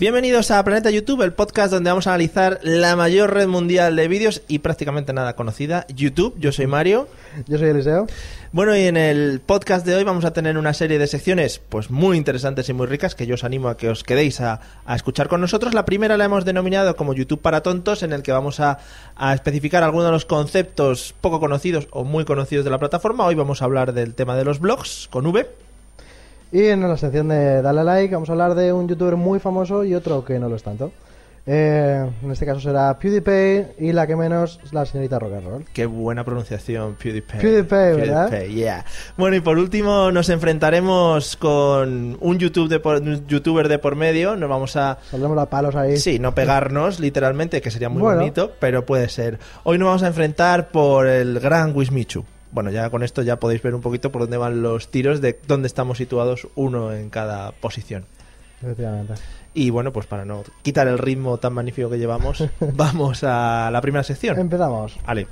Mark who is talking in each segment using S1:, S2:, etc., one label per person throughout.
S1: Bienvenidos a Planeta YouTube, el podcast donde vamos a analizar la mayor red mundial de vídeos y prácticamente nada conocida, YouTube. Yo soy Mario.
S2: Yo soy Eliseo.
S1: Bueno, y en el podcast de hoy vamos a tener una serie de secciones pues muy interesantes y muy ricas que yo os animo a que os quedéis a, a escuchar con nosotros. La primera la hemos denominado como YouTube para tontos, en el que vamos a, a especificar algunos de los conceptos poco conocidos o muy conocidos de la plataforma. Hoy vamos a hablar del tema de los blogs con V.
S2: Y en la sección de Dale a Like vamos a hablar de un youtuber muy famoso y otro que no lo es tanto. Eh, en este caso será PewDiePie y la que menos la señorita Rock and Roll.
S1: Qué buena pronunciación, PewDiePie.
S2: PewDiePie, ¿verdad?
S1: yeah. Bueno, y por último nos enfrentaremos con un, YouTube de por- un youtuber de por medio. Nos vamos a...
S2: Saldremos a palos ahí.
S1: Sí, no pegarnos, literalmente, que sería muy
S2: Bueno.
S1: bonito, pero puede ser. Hoy nos vamos a enfrentar por el gran Wismichu. Bueno, ya con esto ya podéis ver un poquito por dónde van los tiros, de dónde estamos situados uno en cada posición.
S2: Efectivamente.
S1: Y bueno, pues para no quitar el ritmo tan magnífico que llevamos, vamos a la primera sección.
S2: Em, Empezamos.
S1: Ale.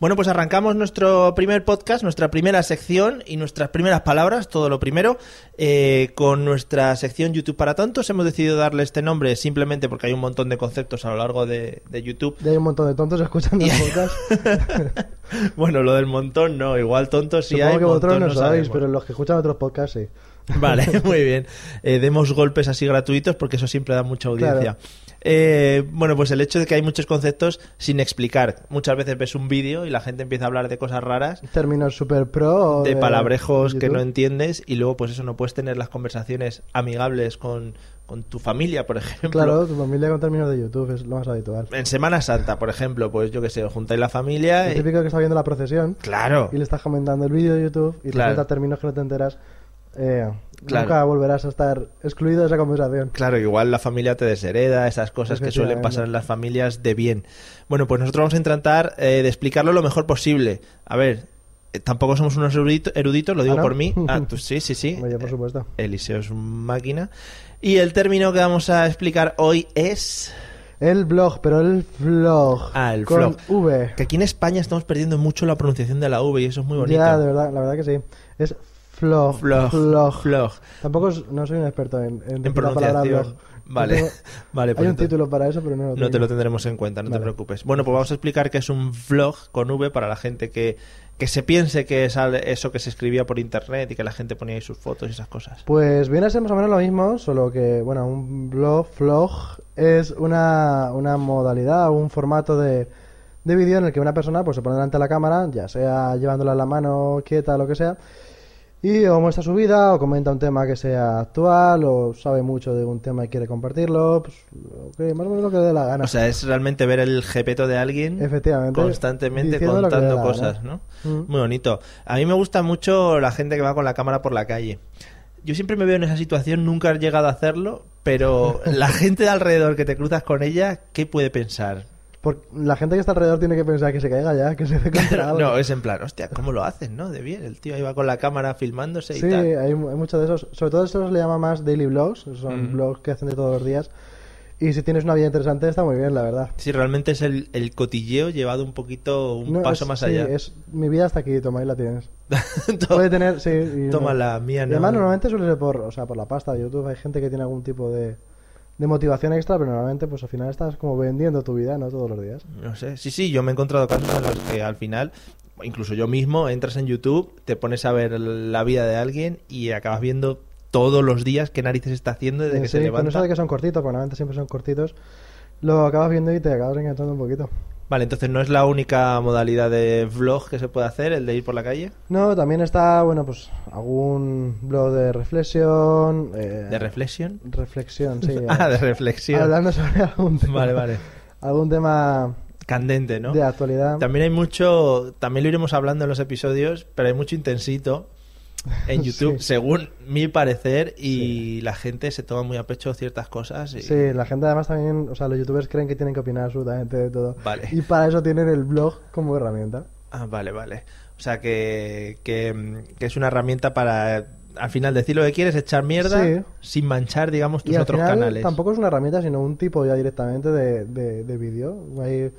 S1: Bueno, pues arrancamos nuestro primer podcast, nuestra primera sección y nuestras primeras palabras, todo lo primero, eh, con nuestra sección YouTube para tontos. Hemos decidido darle este nombre simplemente porque hay un montón de conceptos a lo largo de, de YouTube.
S2: Ya hay un montón de tontos escuchando el podcast.
S1: bueno, lo del montón no, igual tontos sí
S2: Supongo
S1: hay.
S2: que vosotros
S1: montón no
S2: no, sabéis,
S1: sabemos.
S2: pero los que escuchan otros podcasts sí.
S1: Vale, muy bien. Eh, demos golpes así gratuitos porque eso siempre da mucha audiencia.
S2: Claro.
S1: Eh, bueno, pues el hecho de que hay muchos conceptos sin explicar. Muchas veces ves un vídeo y la gente empieza a hablar de cosas raras,
S2: Términos super pro. o
S1: de palabrejos que no
S2: YouTube.
S1: entiendes y luego pues eso no puedes tener las conversaciones amigables con, con tu familia, por ejemplo.
S2: Claro, tu familia con términos de YouTube es lo más habitual.
S1: En Semana Santa, por ejemplo, pues yo qué sé, os juntáis la familia.
S2: El
S1: y-
S2: típico que está viendo la procesión
S1: Claro.
S2: y le estás comentando el vídeo de YouTube y
S1: Claro.
S2: te cuenta términos que no te enteras. eh,
S1: Claro.
S2: Nunca volverás a estar excluido de esa conversación.
S1: Claro, igual la familia te deshereda, esas cosas que suelen
S2: Efectivamente.
S1: pasar en las familias de bien. Bueno, pues nosotros vamos a intentar eh, de explicarlo lo mejor posible. A ver, eh, tampoco somos unos erudito- eruditos, lo digo
S2: ¿Ah, no?
S1: por mí. Ah, tú sí, sí, sí.
S2: Hombre, yo, por supuesto.
S1: Eliseo es un máquina. Y el término que vamos a explicar hoy es...
S2: El blog, pero el vlog.
S1: Ah, el
S2: con
S1: vlog.
S2: V.
S1: Que aquí en España estamos perdiendo mucho la pronunciación de la V y eso es muy bonito.
S2: Ya, de verdad, la verdad que sí. Es flog.
S1: Flog,
S2: Flog.
S1: flog.
S2: Tampoco es- no soy un experto en, en,
S1: En
S2: la palabra
S1: pronunciación.
S2: blog.
S1: Vale,
S2: No tengo-
S1: vale. pues
S2: Hay un
S1: entonces-
S2: título para eso, pero no lo tengo.
S1: No te lo tendremos en cuenta, no te
S2: Vale.
S1: preocupes. Bueno, pues vamos a explicar que es un vlog con V para la gente que, que se piense que es al- eso que se escribía por internet y que la gente ponía ahí sus fotos y esas cosas.
S2: Pues viene a ser más o menos lo mismo, solo que, bueno, un blog, vlog, es una, una modalidad, un formato de, de vídeo en el que una persona pues se pone delante de la cámara, ya sea llevándola en la mano, quieta, lo que sea, y o muestra su vida, o comenta un tema que sea actual, o sabe mucho de un tema y quiere compartirlo, pues lo que- más o menos lo que le dé la gana.
S1: O sea, es realmente ver el jepeto de alguien
S2: Efectivamente.
S1: constantemente
S2: diciendo lo que le dé
S1: contando
S2: la
S1: cosas,
S2: gana.
S1: ¿no?
S2: Mm.
S1: Muy bonito. A mí me gusta mucho la gente que va con la cámara por la calle. Yo siempre me veo en esa situación, nunca he llegado a hacerlo, pero la gente de alrededor que te cruzas con ella, ¿qué puede pensar?
S2: Por- la gente que está alrededor tiene que pensar que se caiga ya, que se dé contra algo.
S1: No, es en plan, hostia, ¿cómo lo haces, no? De bien, el tío ahí va con la cámara filmándose y
S2: Sí, eh. hay,
S1: tal.
S2: hay muchos de esos. Sobre todo esos le llama más daily blogs. Son
S1: Mm.
S2: blogs que hacen de todos los días. Y si tienes una vida interesante, está muy bien, la verdad.
S1: Sí, realmente es el, el cotilleo llevado un poquito, un
S2: No,
S1: paso
S2: es-
S1: más
S2: sí,
S1: allá.
S2: es- mi vida hasta aquí, toma, ahí la tienes.
S1: To-
S2: Puede tener, sí. y
S1: Toma
S2: no.
S1: la mía,
S2: Y
S1: no.
S2: además, normalmente suele ser por, o sea, por la pasta de YouTube. Hay gente que tiene algún tipo de, de motivación extra, pero normalmente, pues al final estás como vendiendo tu vida, ¿no? Todos los días.
S1: No sé, sí, sí, yo me he encontrado casos en los que al final, incluso yo mismo, entras en YouTube, te pones a ver la vida de alguien y acabas viendo todos los días qué narices está haciendo desde
S2: Eh,
S1: que
S2: sí,
S1: se
S2: con eso
S1: levanta.
S2: de que son cortitos, porque normalmente siempre son cortitos, lo acabas viendo y te acabas enganchando un poquito.
S1: Vale, entonces no es la única modalidad de vlog que se puede hacer, el de ir por la calle.
S2: No, también está, bueno, pues algún blog de reflexión. eh,
S1: De reflexión.
S2: reflexión, sí.
S1: Ah, de
S2: eh,
S1: reflexión.
S2: Hablando sobre algún tema.
S1: Vale, vale.
S2: Algún tema
S1: Candente, ¿no?
S2: de actualidad.
S1: También hay mucho, también lo iremos hablando en los episodios, pero hay mucho intensito en
S2: Sí.
S1: YouTube, según mi parecer, y la gente se toma muy a pecho ciertas cosas. Y...
S2: Sí, la gente además también, o sea, los youtubers creen que tienen que opinar absolutamente de todo.
S1: Vale.
S2: Y para eso tienen el blog como herramienta.
S1: Ah, vale, vale. O sea que, que, mm, que es una herramienta para al final decir lo que quieres, echar mierda,
S2: Sí.
S1: sin manchar, digamos, tus
S2: y al
S1: otros
S2: final
S1: canales.
S2: tampoco es una herramienta, sino un tipo ya directamente de, de, de vídeo. Hay,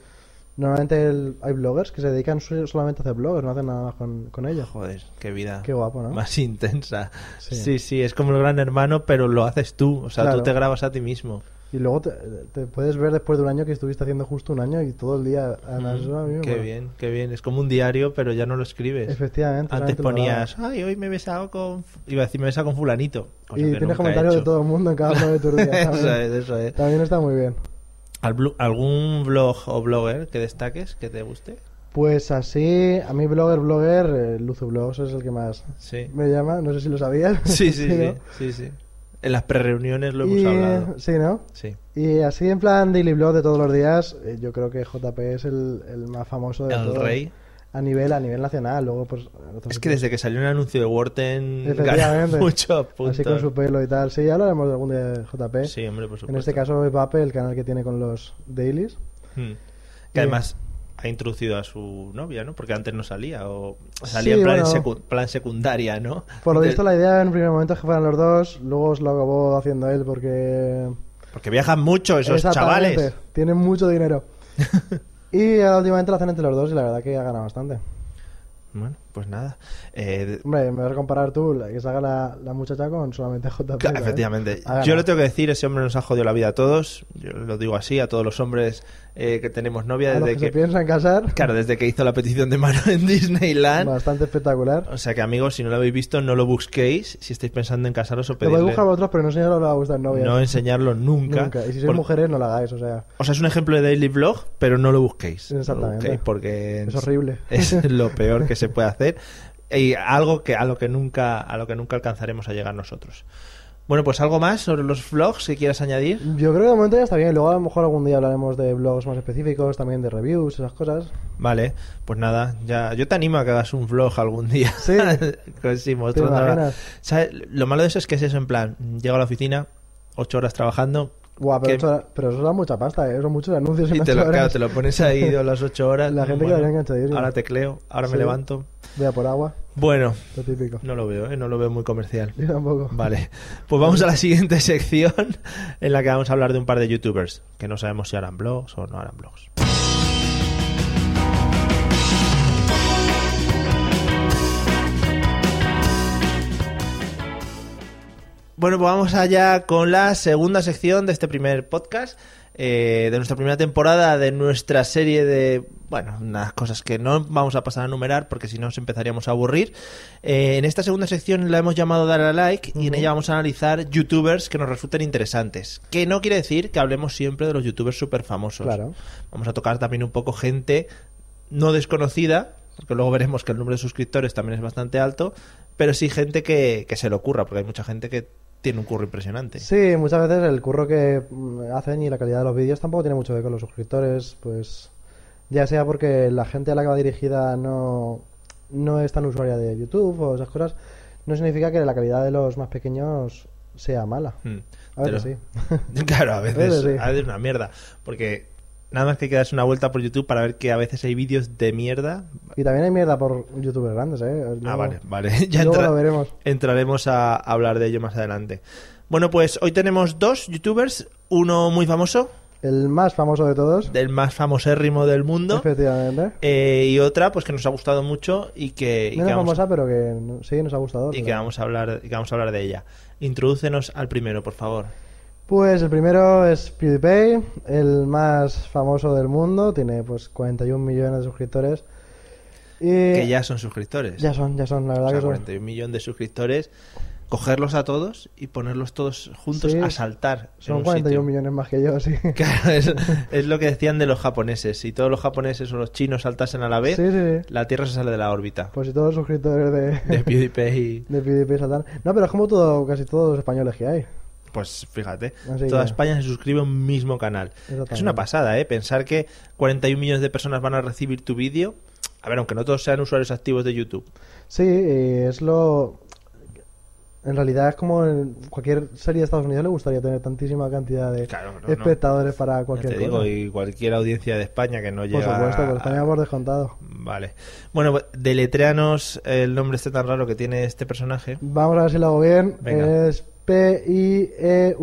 S2: normalmente el- hay bloggers que se dedican su- solamente a hacer blogs, no hacen nada más con, con ello.
S1: Joder, qué vida.
S2: Qué guapo, ¿no?
S1: Más intensa. Sí.
S2: Sí.
S1: sí, es como el gran hermano, pero lo haces tú. O sea,
S2: Claro.
S1: tú te grabas a ti mismo.
S2: Y luego te, te puedes ver después de un año que estuviste haciendo justo un año y todo el día. Además, eso a mí me
S1: qué
S2: mola.
S1: bien, qué bien. Es como un diario, pero ya no lo escribes.
S2: Efectivamente.
S1: Antes
S2: solamente lo
S1: ponías, ay, hoy me he besado con. f-". Iba a decir, me he besado con Fulanito.
S2: grabas.
S1: cosa que
S2: Y tienes
S1: nunca he
S2: comentarios de
S1: hecho.
S2: todo el mundo en cada uno de tus días.
S1: eso
S2: También,
S1: es, eso es.
S2: también está muy bien.
S1: Al blu- ¿Algún blog o blogger que destaques, que te guste?
S2: Pues así, a mí blogger, blogger, eh, Luzu Blogs es el que más
S1: Sí.
S2: me llama, no sé si lo sabías.
S1: Sí, sí, sí,
S2: ¿no?
S1: sí, sí. En las pre-reuniones lo hemos
S2: Y,
S1: hablado.
S2: Sí, ¿no?
S1: Sí.
S2: Y así en plan daily blog de todos los días, eh, yo creo que JP es el, el más famoso de
S1: El
S2: todos.
S1: rey.
S2: A nivel, a nivel nacional, luego pues...
S1: Es
S2: otros
S1: que
S2: sitios.
S1: desde que salió el anuncio de Worten ganó
S2: Efectivamente.
S1: muchos puntos.
S2: Así con su pelo y tal. Sí, ya hablaremos de algún día de JP.
S1: Sí, hombre, por supuesto.
S2: en este caso es Vape, el canal que tiene con los dailies.
S1: Hmm. Que además ha introducido a su novia, ¿no? Porque antes no salía. O salía
S2: Sí,
S1: en plan, en
S2: bueno.
S1: secu- plan secundaria, ¿no?
S2: Por lo
S1: Del-
S2: visto la idea en un primer momento es que fueran los dos, luego se lo acabó haciendo él porque
S1: Porque viajan mucho esos
S2: Exactamente,
S1: chavales.
S2: Tienen mucho dinero. y ahora últimamente la hacen entre los dos y la verdad que ha ganado bastante.
S1: Bueno, pues nada. Eh,
S2: Hombre, me vas a comparar tú la que salga la, la muchacha con solamente JP.
S1: Claro,
S2: ¿eh?
S1: efectivamente.
S2: Ha ganado.
S1: Yo lo tengo que decir, ese hombre nos ha jodido la vida a todos. Yo lo digo así, a todos los hombres eh, que tenemos novia,
S2: A los
S1: desde
S2: que, se
S1: que,
S2: piensan casar,
S1: claro, desde que hizo la petición de mano en Disneyland.
S2: bastante espectacular.
S1: O sea que amigos, si no lo habéis visto, no lo busquéis. Si estáis pensando en casaros o
S2: Lo podéis
S1: pedirle,
S2: buscar vosotros, pero no enseñarlo a vuestras novias.
S1: no enseñarlo nunca.
S2: Y si sois
S1: Por-
S2: mujeres, no la hagáis, o sea,
S1: O sea, es un ejemplo de daily blog, pero no lo busquéis. No lo
S2: Exactamente.
S1: busquéis porque
S2: es horrible.
S1: es lo peor que se puede hacer y algo que a lo que nunca a lo que nunca alcanzaremos a llegar nosotros. Bueno, pues algo más sobre los vlogs que quieras añadir.
S2: Yo creo que de momento ya está bien. Luego a lo mejor algún día hablaremos de blogs más específicos, también de reviews, esas cosas.
S1: Vale, pues nada, ya yo te animo a que hagas un vlog algún día.
S2: Sí.
S1: Pues sí,
S2: ¿Te
S1: mostrando la-
S2: imaginas?
S1: ¿Sabes? Lo malo de eso es que es eso en plan, llego a la oficina, ocho horas trabajando
S2: Guau, pero,
S1: que-
S2: ocho horas- pero eso da mucha pasta, ¿eh? son muchos anuncios en
S1: y te
S2: ocho
S1: lo, claro,
S2: horas.
S1: te lo pones ahí a las ocho horas.
S2: La gente
S1: Bueno,
S2: quedaría enganchadísima.
S1: Ahora tecleo, ahora me
S2: Sí.
S1: levanto.
S2: Vea por agua,
S1: Bueno,
S2: lo típico.
S1: no lo veo, ¿eh? no lo veo muy comercial.
S2: Yo tampoco.
S1: Vale, pues vamos a la siguiente sección en la que vamos a hablar de un par de youtubers que no sabemos si harán blogs o no harán blogs. Bueno, pues vamos allá con la segunda sección de este primer podcast, eh, de nuestra primera temporada, de nuestra serie de, bueno, unas cosas que no vamos a pasar a numerar porque si no nos empezaríamos a aburrir. Eh, en esta segunda sección la hemos llamado Dar a Like y en
S2: Ujú.
S1: ella vamos a analizar youtubers que nos resulten interesantes. Que no quiere decir que hablemos siempre de los youtubers súper famosos.
S2: Claro.
S1: Vamos a tocar también un poco gente no desconocida, porque luego veremos que el número de suscriptores también es bastante alto, pero sí gente que, que se le ocurra, porque hay mucha gente que tiene un curro impresionante.
S2: Sí, muchas veces el curro que mm, hacen y la calidad de los vídeos tampoco tiene mucho que ver con los suscriptores, pues ya sea porque la gente a la que va dirigida no, no es tan usuaria de YouTube o esas cosas, no significa que la calidad de los más pequeños sea mala.
S1: Mm.
S2: A
S1: Te
S2: ver,
S1: lo-
S2: sí.
S1: Claro, a veces,
S2: veces sí.
S1: a veces una mierda, porque nada más que hay que darse una vuelta por YouTube para ver que a veces hay vídeos de mierda.
S2: Y también hay mierda por youtubers grandes, ¿eh?
S1: Ah,
S2: Luego-
S1: vale, vale, ya
S2: luego
S1: entra-
S2: lo veremos.
S1: entraremos a hablar de ello más adelante. Bueno, pues hoy tenemos dos youtubers, uno muy famoso,
S2: El más famoso de todos.
S1: del más famosérrimo del mundo,
S2: Efectivamente.
S1: eh, y otra pues que nos ha gustado mucho y que, y
S2: Menos
S1: que vamos,
S2: famosa, pero que no- sí nos ha gustado.
S1: y que
S2: pero-
S1: vamos a hablar y que vamos a hablar de ella. Introdúcenos al primero, por favor.
S2: Pues el primero es PewDiePie, el más famoso del mundo, tiene pues 41 millones de suscriptores. Y
S1: Que ya son suscriptores.
S2: Eh, ya son, ya son, la
S1: O
S2: verdad
S1: sea,
S2: que son.
S1: 41 millones de suscriptores, cogerlos a todos y ponerlos todos juntos
S2: Sí,
S1: a saltar. en
S2: Son
S1: un
S2: 41
S1: sitio.
S2: millones más que yo, sí.
S1: Claro, es, es lo que decían de los japoneses. Si todos los japoneses o los chinos saltasen a la
S2: Sí,
S1: vez,
S2: sí, sí.
S1: la Tierra se sale de la órbita.
S2: Pues si todos los suscriptores de,
S1: De PewDiePie y-
S2: de PewDiePie saltan. No, pero es como todo, casi todos los españoles que hay.
S1: Pues fíjate,
S2: Así
S1: toda
S2: que-
S1: España se suscribe a un mismo canal.
S2: Exactamente.
S1: Es una pasada, ¿eh? Pensar que 41 millones de personas van a recibir tu vídeo. A ver, aunque no todos sean usuarios activos de YouTube.
S2: Sí, y es lo. En realidad es como en cualquier serie de Estados Unidos le gustaría tener tantísima cantidad de
S1: Claro, no, no.
S2: espectadores para
S1: Ya
S2: cualquier
S1: te digo,
S2: cosa.
S1: y cualquier audiencia de España que no
S2: Por
S1: llega
S2: supuesto, pues que los
S1: a-
S2: teníamos por descontado.
S1: Vale. Bueno, pues, deletreanos el nombre este tan raro que tiene este personaje.
S2: Vamos a ver si lo hago bien.
S1: Venga.
S2: Es P-I-E-W-D-I-E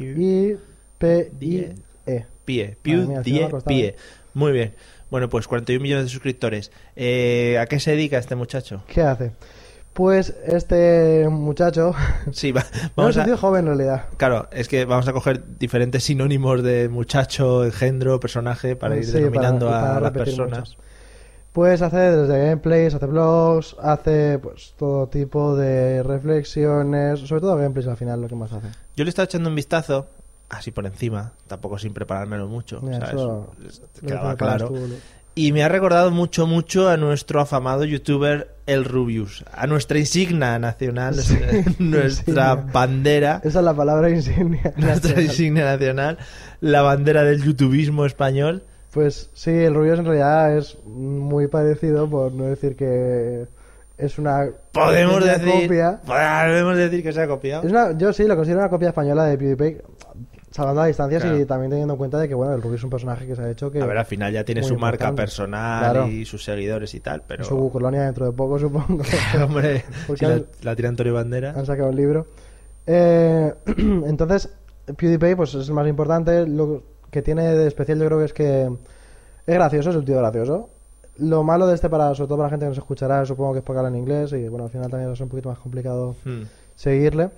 S2: y P-I-E.
S1: Pie.
S2: Madre
S1: Pew,
S2: mía, sí me va
S1: die,
S2: a costar,
S1: pie.
S2: ¿eh?
S1: Muy bien. Bueno, pues 41 millones de suscriptores. Eh, ¿A qué se dedica este muchacho?
S2: ¿Qué hace? Pues este muchacho.
S1: Sí, va-
S2: No,
S1: vamos
S2: es un
S1: a...
S2: tío joven en realidad.
S1: Claro, es que vamos a coger diferentes sinónimos de muchacho, engendro, personaje para ir
S2: Pues Sí,
S1: denominando
S2: para- para
S1: a las
S2: repetir
S1: personas.
S2: muchos. Pues hace desde gameplays, hace blogs, hace pues todo tipo de reflexiones, sobre todo gameplays al final lo que más hace.
S1: Yo le he estado echando un vistazo, así por encima, tampoco sin preparármelo mucho.
S2: Ya,
S1: ¿sabes?
S2: eso- Lo
S1: Quedaba
S2: que
S1: claro.
S2: preparas tú, lo-
S1: Y me ha recordado mucho, mucho a nuestro afamado youtuber El Rubius, a nuestra insignia nacional,
S2: Sí,
S1: nuestra
S2: insignia.
S1: bandera,
S2: Esa es la palabra insignia.
S1: nuestra insignia nacional, la bandera del youtubismo español.
S2: Pues sí, el Rubius en realidad es muy parecido, por no decir que es una
S1: Podemos
S2: pequeña
S1: decir,
S2: copia.
S1: podemos decir que se ha copiado.
S2: Es una- yo sí lo considero una copia española de PewDiePie, salvando las distancias
S1: Claro.
S2: y también teniendo en cuenta de que bueno, el Rubius es un personaje que se ha hecho que
S1: A ver, al final ya tiene
S2: Muy
S1: su marca
S2: importante.
S1: personal
S2: Claro.
S1: y sus seguidores y tal, pero...
S2: su colonia dentro de poco supongo.
S1: Hombre,
S2: Porque
S1: si la,
S2: al-
S1: la tira Antonio Bandera.
S2: Han sacado el libro. Eh, entonces, PewDiePie pues, es el más importante. Lo que tiene de especial, yo creo que es que es gracioso, es un tío gracioso. Lo malo de este, para, sobre todo para la gente que nos escuchará, supongo que es porque habla en inglés y bueno, al final también es un poquito más complicado
S1: Hmm.
S2: seguirle.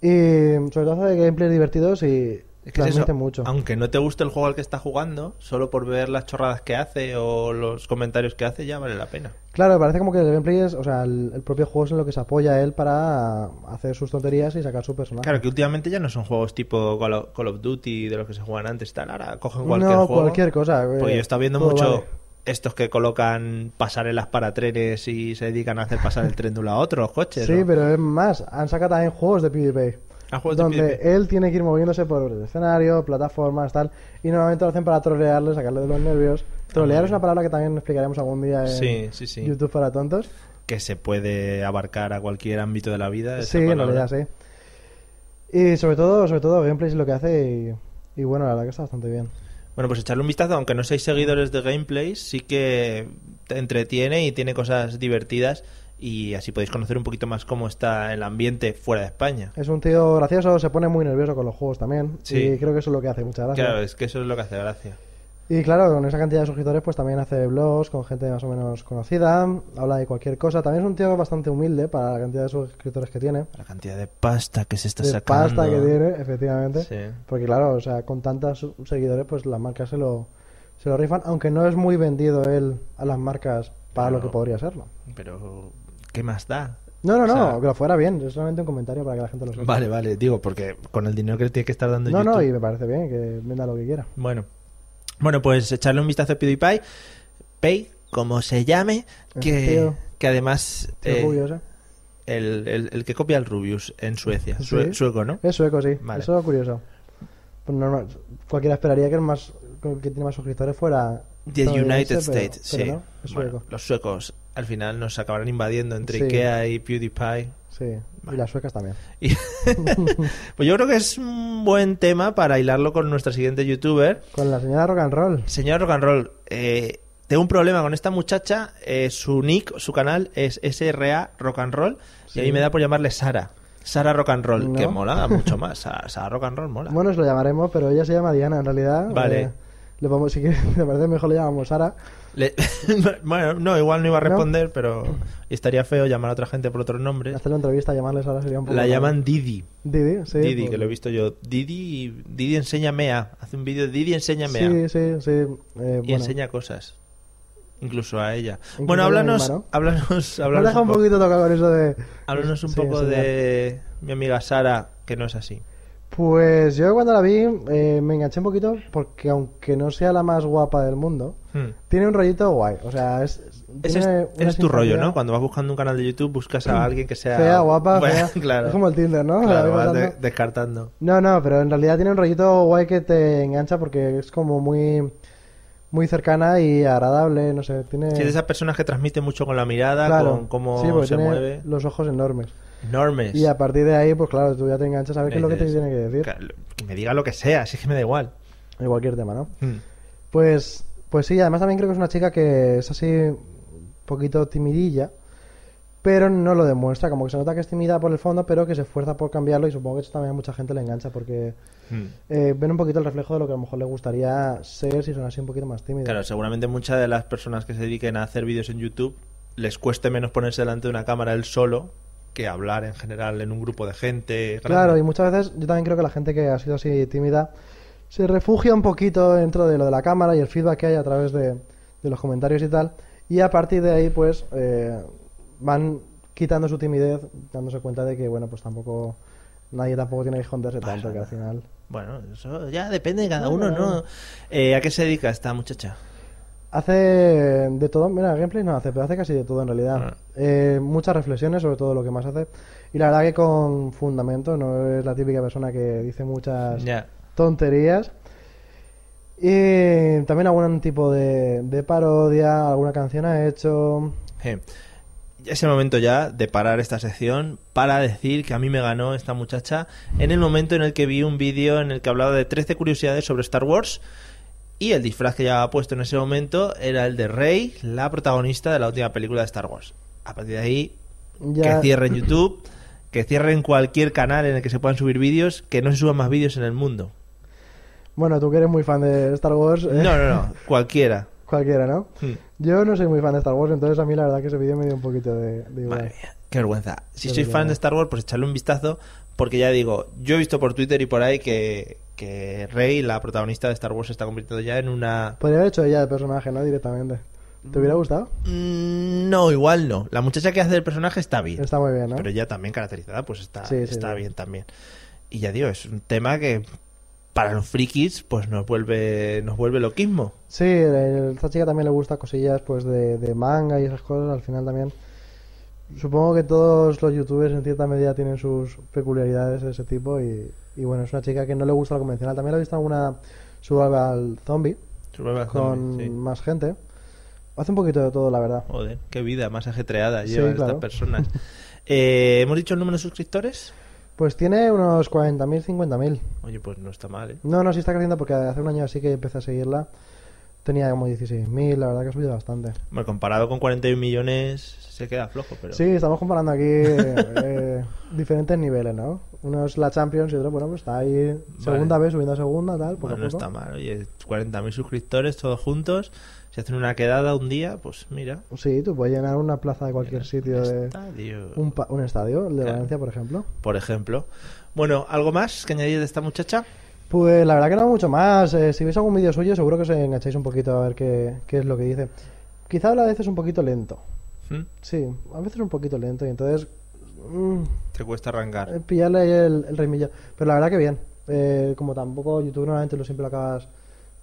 S2: Y sobre todo hace gameplays divertidos y
S1: Es que es
S2: transmite
S1: eso,
S2: mucho.
S1: Aunque no te guste el juego al que está jugando, solo por ver las chorradas que hace o los comentarios que hace ya vale la pena.
S2: Claro, parece como que el gameplay es, o sea, el, el propio juego es en lo que se apoya él para hacer sus tonterías y sacar su personaje.
S1: Claro, que últimamente ya no son juegos tipo Call of, Call of Duty de los que se juegan antes, tal. Ahora cogen cualquier
S2: no,
S1: juego.
S2: cualquier cosa. eh,
S1: Pues yo he estado viendo
S2: todo
S1: mucho
S2: vale.
S1: estos que colocan pasarelas para trenes y se dedican a hacer pasar el tren de un lado a otro, los coches.
S2: Sí,
S1: ¿no?
S2: pero es más, han sacado también juegos de PvP.
S1: Ah, juegos de
S2: donde
S1: PvP.
S2: él tiene que ir moviéndose por el escenario, plataformas, tal. Y normalmente lo hacen para trolearle, sacarle de los nervios. Trolear
S1: bueno.
S2: es una palabra que también explicaremos algún día en
S1: Ah, Sí, sí, sí.
S2: YouTube para tontos.
S1: Que se puede abarcar a cualquier ámbito de la vida. esa
S2: Sí, en
S1: palabra.
S2: realidad sí. Y sobre todo, sobre todo, gameplay es lo que hace y, y bueno, la verdad que está bastante bien.
S1: Bueno, pues echarle un vistazo, aunque no seáis seguidores de gameplays, sí que te entretiene y tiene cosas divertidas y así podéis conocer un poquito más cómo está el ambiente fuera de España.
S2: Es un tío gracioso, se pone muy nervioso con los juegos también.
S1: Sí.
S2: Y creo que eso es lo que hace, muchas gracias.
S1: Claro, es que eso es lo que hace gracia.
S2: Y claro, con esa cantidad de suscriptores, pues también hace blogs con gente más o menos conocida, habla de cualquier cosa. También es un tío bastante humilde para la cantidad de suscriptores que tiene,
S1: La cantidad de pasta que se está
S2: de
S1: sacando.
S2: pasta que tiene, efectivamente.
S1: Sí.
S2: Porque claro, o sea, con tantos su- seguidores, pues las marcas se lo, se lo rifan, aunque no es muy vendido él a las marcas para lo
S1: No.
S2: que podría serlo.
S1: Pero, ¿qué más da?
S2: No, no,
S1: O
S2: no,
S1: sea-
S2: que lo fuera bien, es solamente un comentario para que la gente lo sepa.
S1: Vale, vale, digo, porque con el dinero que le tiene que estar dando
S2: No,
S1: YouTube.
S2: no, y me parece bien que venda lo que quiera.
S1: Bueno. Bueno, pues echarle un vistazo a PewDiePie. Pay, como se llame, que,
S2: Tío.
S1: que además...
S2: Tío
S1: eh,
S2: curioso.
S1: El, el- el que copia el Rubius en Suecia. Sue-
S2: Sí. Eh,
S1: Sueco, ¿no?
S2: Es sueco, sí.
S1: Vale.
S2: Eso es curioso. Pues normal. Cualquiera esperaría que el más que tiene más suscriptores fuera
S1: The United
S2: estadounidense, pero-
S1: States,
S2: pero
S1: sí.
S2: no, es
S1: Bueno,
S2: sueco.
S1: los suecos al final nos acabarán invadiendo entre
S2: Sí.
S1: Ikea y PewDiePie.
S2: Sí. Y las suecas también.
S1: Y- pues yo creo que es un buen tema para hilarlo con nuestra siguiente youtuber.
S2: Con la señora rock and roll.
S1: Señor Rock and Roll, eh, tengo un problema con esta muchacha. eh, su nick, su canal es SRA Rock and Roll. Y
S2: Sí.
S1: a mí me da por llamarle Sara. Sara Rock and Roll,
S2: No.
S1: que mola mucho más. Sara, Sara Rock and Roll mola.
S2: Bueno, os lo llamaremos, pero ella se llama Diana en realidad.
S1: Vale.
S2: Eh, le podemos, si quieres, te parece mejor le llamamos Sara.
S1: Le- bueno, no, igual no iba a
S2: No.
S1: responder, pero estaría feo llamar a otra gente por otros nombres.
S2: Hacerle entrevista, llamarle Sara sería un poco.
S1: La
S2: raro.
S1: llaman Didi.
S2: Didi, sí.
S1: Didi,
S2: pues-
S1: que lo he visto yo. Didi, Didi enséñame a. Hace un vídeo de Didi enséñame a.
S2: Sí, sí, sí. eh,
S1: Y
S2: bueno.
S1: enseña cosas. Incluso a ella.
S2: Incluso
S1: bueno,
S2: a la
S1: háblanos,
S2: misma, ¿no?
S1: háblanos,
S2: Me has
S1: háblanos
S2: dejado
S1: un,
S2: un
S1: po-
S2: poquito tocado con eso de.
S1: háblanos un
S2: Sí,
S1: poco
S2: enseñar.
S1: de mi amiga Sara, que no es así.
S2: Pues yo cuando la vi eh, me enganché un poquito porque, aunque no sea la más guapa del mundo,
S1: Hmm.
S2: tiene un rollito guay. O sea, es.
S1: Ese es,
S2: tiene
S1: ese
S2: una
S1: es tu rollo,
S2: simpatía Hmm.
S1: ¿no? Cuando vas buscando un canal de YouTube, buscas a alguien que sea...
S2: Fea, guapa,
S1: Bueno,
S2: fea.
S1: Claro,
S2: Es como el Tinder, ¿no?
S1: claro,
S2: La
S1: vas
S2: verdad,
S1: de-
S2: ¿no?
S1: descartando.
S2: No, no, pero en realidad tiene un rollito guay que te engancha porque es como muy muy cercana y agradable, no sé, tiene...
S1: Sí, de esas personas que transmiten mucho con la mirada, con cómo
S2: Eh, sí, porque
S1: se
S2: tiene
S1: mueve.
S2: los ojos enormes.
S1: Enormes.
S2: Y a partir de ahí, pues claro, tú ya te enganchas a ver qué es lo que te
S1: Dices,
S2: tiene que decir
S1: "Claro, Que me diga lo que sea, si es que me da igual.
S2: en cualquier tema, ¿no?
S1: Hmm.
S2: Pues, pues sí, además también creo que es una chica que es así un poquito timidilla, pero no lo demuestra, como que se nota que es tímida por el fondo, pero que se esfuerza por cambiarlo y supongo que eso también a mucha gente le engancha porque
S1: Hmm.
S2: eh, ven un poquito el reflejo de lo que a lo mejor le gustaría ser si son así un poquito más tímidos.
S1: Claro, seguramente muchas de las personas que se dediquen a hacer vídeos en YouTube les cueste menos ponerse delante de una cámara él solo que hablar en general en un grupo de gente. grande.
S2: Claro, y muchas veces yo también creo que la gente que ha sido así tímida se refugia un poquito dentro de lo de la cámara y el feedback que hay a través de, de los comentarios y tal. Y a partir de ahí, pues, eh, van quitando su timidez, dándose cuenta de que, bueno, pues tampoco nadie tampoco tiene que esconderse
S1: Pasa
S2: tanto, que al
S1: nada.
S2: final...
S1: Bueno, eso ya depende de cada
S2: No,
S1: uno,
S2: no,
S1: ¿no?
S2: no.
S1: Eh, ¿A qué se dedica esta muchacha?
S2: Hace de todo, mira, gameplay no hace, pero hace casi de todo en realidad.
S1: Ah.
S2: Eh, muchas reflexiones sobre todo lo que más hace. Y la verdad que con fundamento, no es la típica persona que dice muchas...
S1: Ya.
S2: tonterías. Y también algún tipo de, de parodia, alguna canción ha hecho.
S1: Eh, Es el momento ya de parar esta sección para decir que a mí me ganó esta muchacha en el momento en el que vi un vídeo en el que hablaba de 13 curiosidades sobre Star Wars y el disfraz que llevaba puesto en ese momento era el de Rey, la protagonista de la última película de Star Wars. A partir de ahí,
S2: Ya,
S1: que cierren YouTube, que cierren cualquier canal en el que se puedan subir vídeos, que no se suban más vídeos en el mundo.
S2: Bueno, tú que eres muy fan de Star Wars, eh,
S1: No, no, no, cualquiera.
S2: cualquiera, ¿no?
S1: Hmm.
S2: Yo no soy muy fan de Star Wars, entonces a mí la verdad que ese vídeo me dio un poquito de, de igual.
S1: Madre mía, qué vergüenza. Si
S2: Qué
S1: sois fan
S2: vergüenza.
S1: de Star Wars, pues echarle un vistazo, porque ya digo, yo he visto por Twitter y por ahí que, que Rey, la protagonista de Star Wars, se está convirtiendo ya en una...
S2: Podría haber hecho ella el personaje, ¿no? Directamente. ¿Te hubiera gustado?
S1: Mm, No, igual no. La muchacha que hace el personaje está bien,
S2: Está muy bien, ¿no?
S1: pero ya también caracterizada, pues está,
S2: Sí, sí,
S1: está
S2: sí.
S1: bien también. Y ya digo, es un tema que para los frikis, pues nos vuelve, nos vuelve loquismo.
S2: Sí, el- esta chica también le gusta cosillas pues de, de manga y esas cosas, al final también. Supongo que todos los youtubers en cierta medida tienen sus peculiaridades de ese tipo y, y bueno, es una chica que no le gusta lo convencional. También la he visto en alguna suba al zombie
S1: Se vuelve
S2: con
S1: zombie, sí.
S2: más gente. Hace un poquito de todo, la verdad.
S1: Joder, qué vida más ajetreada
S2: Sí,
S1: llevan
S2: claro.
S1: estas personas. Eh, ¿Hemos dicho el número de suscriptores?
S2: Pues tiene unos 40.000, 50.000.
S1: Oye, pues no está mal, ¿eh?
S2: No, no, sí está creciendo porque hace un año así que empecé a seguirla. Tenía como 16.000, la verdad que ha subido bastante.
S1: Bueno, comparado con 41 millones, se queda flojo, pero.
S2: Sí, estamos comparando aquí eh, diferentes niveles, ¿no? Uno es la Champions y otro, bueno, pues está ahí segunda vez, subiendo a segunda, tal, poco
S1: Bueno,
S2: a
S1: no
S2: poco.
S1: está mal. Oye, 40.000 suscriptores todos juntos. Si hacen una quedada un día, pues mira.
S2: Sí, tú puedes llenar una plaza de cualquier sitio de...
S1: Estadio.
S2: Un, pa- un estadio, el de
S1: Claro.
S2: Valencia, por ejemplo.
S1: Por ejemplo. Bueno, ¿algo más que añadir de esta muchacha?
S2: Pues la verdad que no mucho más. Eh, si veis algún vídeo suyo, seguro que os engancháis un poquito a ver qué, qué es lo que dice. Quizá habla a veces un poquito lento.
S1: ¿Mm?
S2: Sí, a veces un poquito lento y entonces... mm,
S1: Te cuesta arrancar.
S2: Eh, pillarle ahí el, el ritmillo. Pero la verdad que bien. Eh, como tampoco YouTube normalmente lo siempre lo acabas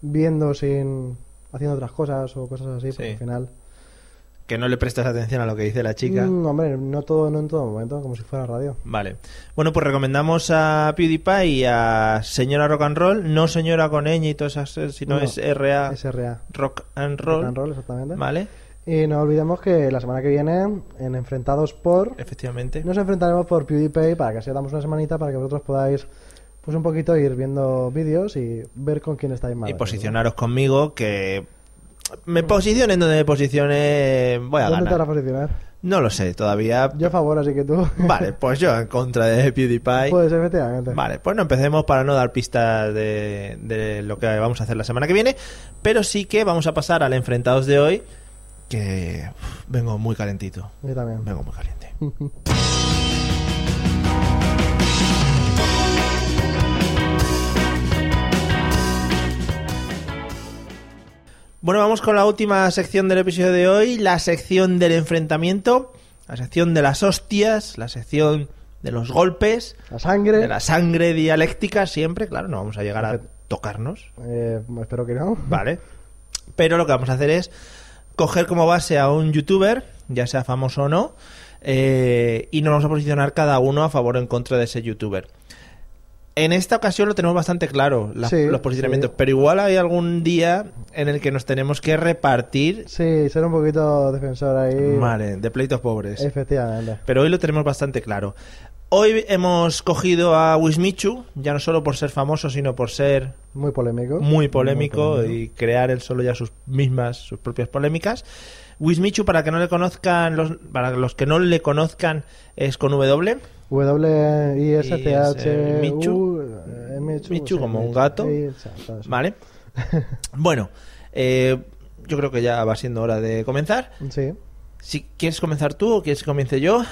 S2: viendo sin haciendo otras cosas o cosas así,
S1: Sí.
S2: porque al final.
S1: Que no le prestas atención a lo que dice la chica.
S2: Mm, hombre, no todo, no en todo momento, como si fuera radio.
S1: Vale. Bueno, pues recomendamos a PewDiePie y a Señora Rock and Roll. No Señora con ñ y todas esas, sino
S2: No,
S1: es RA
S2: SRA.
S1: Rock and Ah. Roll.
S2: Rock and roll, exactamente.
S1: Vale,
S2: Y no olvidemos que la semana que viene, en Enfrentados por.
S1: efectivamente.
S2: Nos enfrentaremos por PewDiePie para que así os damos una semanita para que vosotros podáis, pues un poquito, ir viendo vídeos y ver con quién estáis más.
S1: y
S2: de acuerdo.
S1: posicionaros conmigo que me posicione en donde me posicione, voy a
S2: ¿Dónde te vas
S1: ganar.
S2: a posicionar?
S1: No lo sé todavía.
S2: Yo a favor, así que tú.
S1: Vale, pues yo en contra de PewDiePie.
S2: Pues efectivamente.
S1: Vale, pues no empecemos para no dar pistas de, de lo que vamos a hacer la semana que viene, pero sí que vamos a pasar al enfrentados de hoy, que uf, vengo muy calentito.
S2: Yo también.
S1: Vengo muy caliente. Bueno, vamos con la última sección del episodio de hoy, la sección del enfrentamiento, la sección de las hostias, la sección de los golpes,
S2: La sangre.
S1: de la sangre dialéctica siempre, claro, no vamos a llegar a tocarnos,
S2: Eh, espero que no.
S1: Vale. Pero lo que vamos a hacer es coger como base a un youtuber, ya sea famoso o no, eh, y nos vamos a posicionar cada uno a favor o en contra de ese youtuber. En esta ocasión lo tenemos bastante claro, las-
S2: Sí,
S1: los posicionamientos,
S2: sí.
S1: pero igual hay algún día en el que nos tenemos que repartir
S2: Sí, ser un poquito defensor ahí.
S1: vale, de pleitos pobres.
S2: Efectivamente.
S1: Pero hoy lo tenemos bastante claro. Hoy hemos cogido a Wismichu, ya no solo por ser famoso, sino por ser
S2: Muy polémico.
S1: muy polémico
S2: polémico.
S1: y crear él solo ya sus mismas, sus propias polémicas. Wismichu, para que no le conozcan, los, para los que no le conozcan, es con W.
S2: W I S T H
S1: Y es, eh,
S2: U
S1: Michu.
S2: eh, Michu,
S1: Michu
S2: sí,
S1: como un gato.
S2: Sí, exacto, eso.
S1: ¿Vale? Bueno, eh, yo creo que ya va siendo hora de comenzar.
S2: Sí.
S1: Si quieres comenzar tú o quieres que comience yo.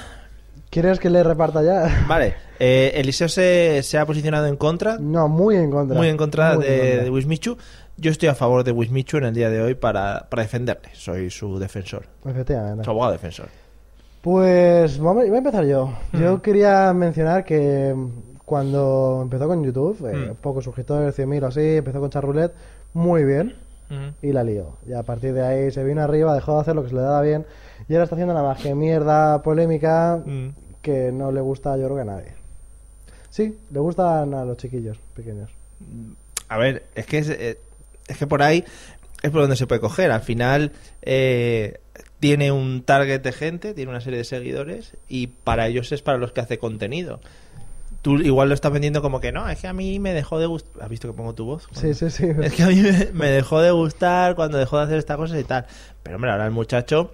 S2: ¿Quieres que le reparta ya?
S1: Vale, eh, Eliseo se, se ha posicionado en contra,
S2: No, muy en contra.
S1: muy en contra
S2: Muy en
S1: de,
S2: contra.
S1: de Wismichu. Yo estoy a favor de Wismichu en el día de hoy para, para defenderle. Soy su defensor,
S2: Efectivamente.
S1: su abogado defensor.
S2: Pues vamos- voy a empezar yo.
S1: Mm.
S2: Yo quería mencionar que cuando empezó con YouTube, eh,
S1: Mm.
S2: pocos suscriptores, 100.000 o así, empezó con Charroulette, muy bien, y la lió. Y a partir de ahí se vino arriba, dejó de hacer lo que se le daba bien, y ahora está haciendo nada más que mierda polémica
S1: Mm.
S2: que no le gusta, yo creo que a nadie. Sí, le gustan a los chiquillos pequeños.
S1: A ver, es que es, eh, es que por ahí es por donde se puede coger. Al final eh, tiene un target de gente, tiene una serie de seguidores y para ellos es para los que hace contenido. Tú igual lo estás vendiendo como que no, es que a mí me dejó de gustar. ¿Has visto que pongo tu voz?
S2: Sí, sí, sí.
S1: Es que a mí me, me dejó de gustar cuando dejó de hacer estas cosas y tal. Pero hombre, ahora el muchacho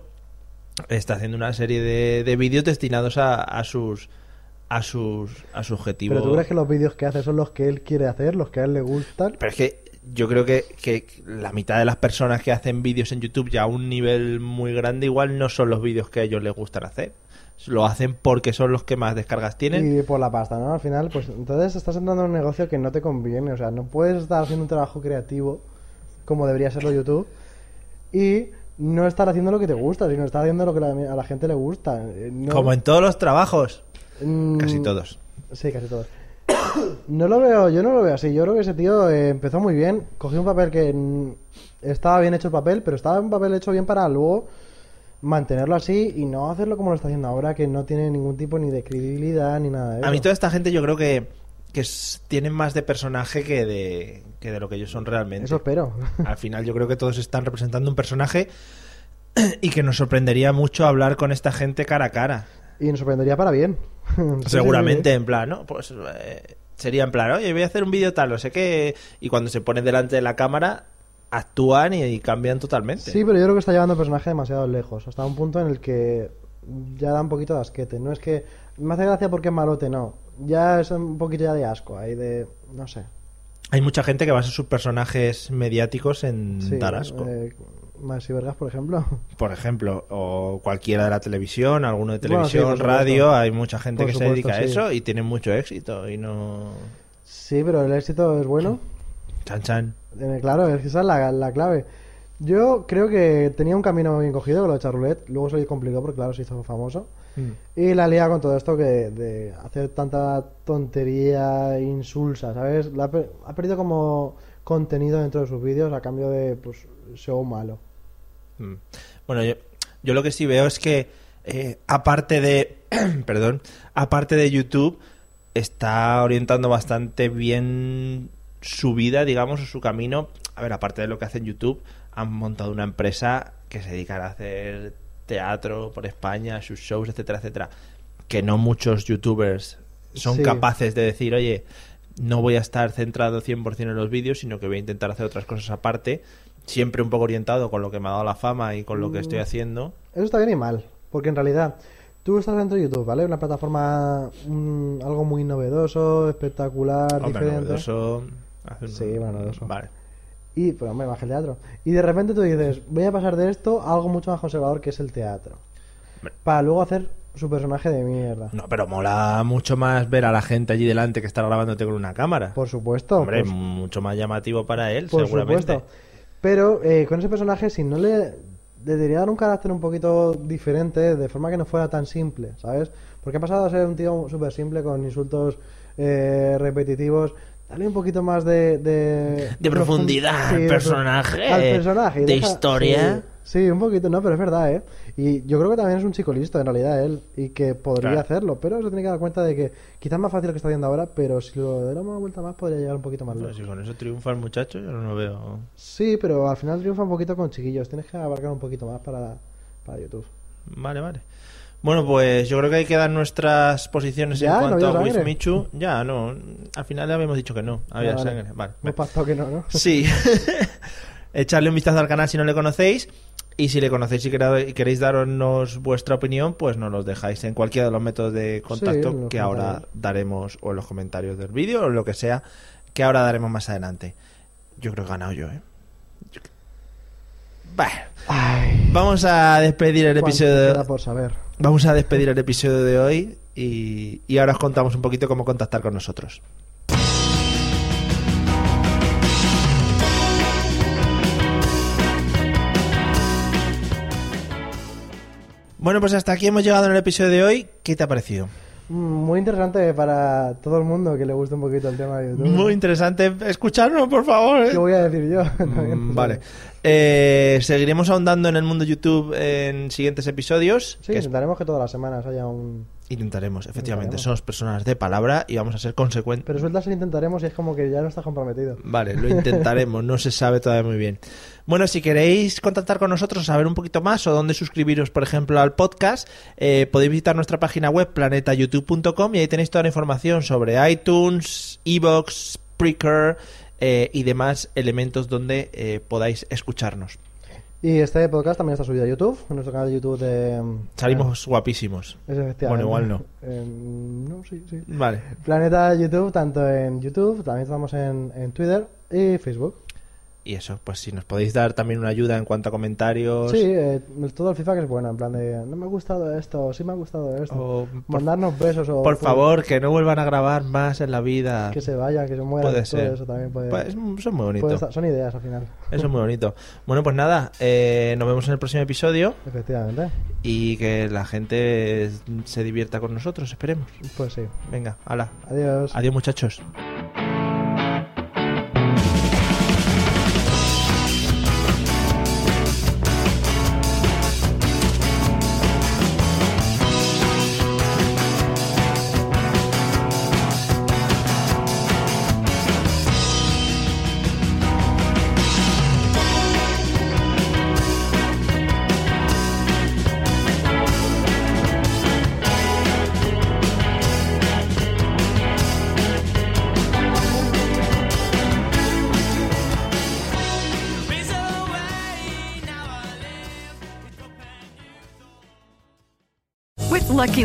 S1: está haciendo una serie de, de vídeos destinados a, a sus a sus a su objetivo.
S2: Pero tú crees que los vídeos que hace son los que él quiere hacer, los que a él le gustan.
S1: Pero es que yo creo que, que la mitad de las personas que hacen vídeos en YouTube ya a un nivel muy grande igual no son los vídeos que a ellos les gustan hacer. Lo hacen porque son los que más descargas tienen.
S2: Y por la pasta, ¿no? Al final, pues entonces estás entrando en un negocio que no te conviene. O sea, no puedes estar haciendo un trabajo creativo como debería serlo YouTube y no estar haciendo lo que te gusta, sino estar haciendo lo que la- a la gente le gusta. Eh, No,
S1: Como en todos los trabajos.
S2: Mm,
S1: Casi todos.
S2: Sí, casi todos. No lo veo, yo no lo veo así. Yo creo que ese tío eh, empezó muy bien, cogió un papel que mm, estaba bien hecho el papel, pero estaba un papel hecho bien para luego mantenerlo así y no hacerlo como lo está haciendo ahora, que no tiene ningún tipo ni de credibilidad ni nada de
S1: A mí
S2: eso.
S1: toda esta gente yo creo que, que es- tienen más de personaje que de, que de lo que ellos son realmente.
S2: Eso espero.
S1: Al final yo creo que todos están representando un personaje y que nos sorprendería mucho hablar con esta gente cara a cara.
S2: Y nos sorprendería para bien.
S1: Seguramente, en plan, ¿no? Pues eh, sería en plan, oye, voy a hacer un vídeo tal, no sé qué. Y cuando se ponen delante de la cámara, actúan y, y cambian totalmente.
S2: Sí, pero yo creo que está llevando el personaje demasiado lejos. Hasta un punto en el que ya da un poquito de asquete. No es que me hace gracia porque es malote, no. Ya es un poquito ya de asco, ahí de. No sé.
S1: Hay mucha gente que basa sus personajes mediáticos en
S2: Sí,
S1: Tarasco,
S2: eh, Maxi Vergas, por ejemplo.
S1: por ejemplo, o cualquiera de la televisión, alguno de
S2: Bueno, sí,
S1: televisión,
S2: por supuesto.
S1: radio. Hay mucha gente
S2: Por
S1: que se
S2: supuesto,
S1: dedica a
S2: sí.
S1: eso y tienen mucho éxito. Y no.
S2: Sí, pero el éxito es bueno.
S1: Chan, chan.
S2: Eh, Claro, es que esa es la, la clave. Yo creo que tenía un camino bien cogido con lo de Charroulette. Luego se le complicó porque, claro, se hizo famoso. Y la lía con todo esto que de hacer tanta tontería insulsa, ¿sabes? La ha per- ha perdido como contenido dentro de sus vídeos a cambio de pues show malo.
S1: Mm. Bueno, yo, yo lo que sí veo es que eh, aparte de perdón, aparte de YouTube está orientando bastante bien su vida, digamos, o su camino. A ver, aparte de lo que hace en YouTube, han montado una empresa que se dedicará a hacer teatro por España, sus shows, etcétera, etcétera. Que no muchos youtubers son
S2: Sí.
S1: capaces de decir, oye, no voy a estar centrado 100% en los vídeos, sino que voy a intentar hacer otras cosas aparte siempre un poco orientado con lo que me ha dado la fama y con lo que
S2: Mm.
S1: estoy haciendo.
S2: Eso está bien y mal, porque en realidad tú estás dentro de YouTube, ¿vale? Una plataforma, mm, algo muy novedoso, espectacular,
S1: Hombre,
S2: diferente.
S1: novedoso, hace un-
S2: Sí, bueno, novedoso.
S1: Vale.
S2: Y, pues hombre, baja el teatro. Y de repente tú dices, voy a pasar de esto a algo mucho más conservador que es el teatro.
S1: Hombre.
S2: Para luego hacer su personaje de mierda.
S1: No, pero mola mucho más ver a la gente allí delante que estar grabándote con una cámara.
S2: Por supuesto.
S1: Hombre,
S2: por su-
S1: mucho más llamativo para él,
S2: Por
S1: seguramente.
S2: supuesto. Pero eh, con ese personaje, si no le, le debería dar un carácter un poquito diferente, de forma que no fuera tan simple, ¿sabes? Porque ha pasado a ser un tío súper simple con insultos eh, repetitivos. Dale un poquito más de. De,
S1: De profundidad al
S2: de-
S1: personaje,
S2: al personaje. y
S1: de historia.
S2: Sí, sí, un poquito, no, pero es verdad, ¿eh? Y yo creo que también es un chico listo, en realidad, él, y que podría
S1: Claro.
S2: hacerlo, pero se tiene que dar cuenta de que quizás es más fácil lo que está haciendo ahora, pero si lo damos una vuelta más, podría llegar un poquito más
S1: No,
S2: lejos.
S1: si con eso triunfa el muchacho, yo no lo veo.
S2: Sí, pero al final triunfa un poquito con chiquillos. Tienes que abarcar un poquito más para, para YouTube.
S1: Vale, vale. Bueno, pues yo creo que hay que dar nuestras posiciones
S2: Ya,
S1: en
S2: no
S1: cuanto
S2: había
S1: a With
S2: sangre.
S1: Michu. Ya, no. Al final le habíamos dicho que no. Había
S2: Ah, vale.
S1: sangre. Vale.
S2: Hemos pactado que no, ¿no?
S1: Sí. Echarle un vistazo al canal si no le conocéis. Y si le conocéis y quera- y queréis darnos vuestra opinión, pues nos los dejáis en cualquiera de los métodos de contacto
S2: Sí, en los
S1: que ahora
S2: comentarios.
S1: daremos, o en los comentarios del vídeo, o lo que sea, que ahora daremos más adelante. Yo creo que he ganado yo, ¿eh? Yo- Bah.
S2: Ay,
S1: Vamos a despedir el
S2: cuánto
S1: episodio
S2: queda
S1: de...
S2: por saber.
S1: Vamos a despedir el episodio de hoy y, y ahora os contamos un poquito cómo contactar con nosotros. Bueno, pues hasta aquí hemos llegado en el episodio de hoy. ¿Qué te ha parecido?
S2: Mm, Muy interesante para todo el mundo que le guste un poquito el tema de YouTube.
S1: Muy interesante. Escuchadnos, por favor. ¿eh?
S2: ¿Qué voy a decir yo? También,
S1: Mm,
S2: no sé.
S1: Vale. Eh, seguiremos ahondando en el mundo YouTube en siguientes episodios.
S2: Sí,
S1: que es-
S2: intentaremos que todas las semanas haya un...
S1: Intentaremos, efectivamente.
S2: Intentaremos.
S1: Somos personas de palabra y vamos a ser consecuentes.
S2: Pero sueltas el intentaremos y es como que ya no estás comprometido.
S1: Vale, lo intentaremos, no se sabe todavía muy bien. Bueno, si queréis contactar con nosotros, saber un poquito más o dónde suscribiros, por ejemplo, al podcast, eh, podéis visitar nuestra página web planetayoutube.com y ahí tenéis toda la información sobre iTunes, Evox, Spreaker eh, y demás elementos donde eh, podáis escucharnos.
S2: Y este podcast también está subido a YouTube, en nuestro canal de YouTube de... mm,
S1: Salimos guapísimos.
S2: Es efectivamente.
S1: Bueno, igual no.
S2: Eh, no, sí, sí.
S1: Vale.
S2: Planeta YouTube, tanto en YouTube, también estamos en, en Twitter y Facebook.
S1: Y eso, pues si nos podéis dar también una ayuda en cuanto a comentarios.
S2: Sí, eh, todo el feedback es bueno, en plan de no me ha gustado esto, sí me ha gustado esto.
S1: o Oh, por,
S2: Mandarnos besos o. pues,
S1: por favor, que no vuelvan a grabar más en la vida.
S2: Que se vayan, que se mueran.
S1: Puede
S2: todo
S1: ser.
S2: Eso también puede,
S1: Pues, mm, eso es muy bonito.
S2: puede estar- Son ideas al final,
S1: Eso es muy bonito. Bueno, pues nada, eh, nos vemos en el próximo episodio
S2: efectivamente.
S1: y que la gente eh, se divierta con nosotros, esperemos.
S2: Pues sí.
S1: Venga, hala.
S2: Adiós.
S1: Adiós muchachos.
S3: Raise away, now I live with your pen.
S4: With Lucky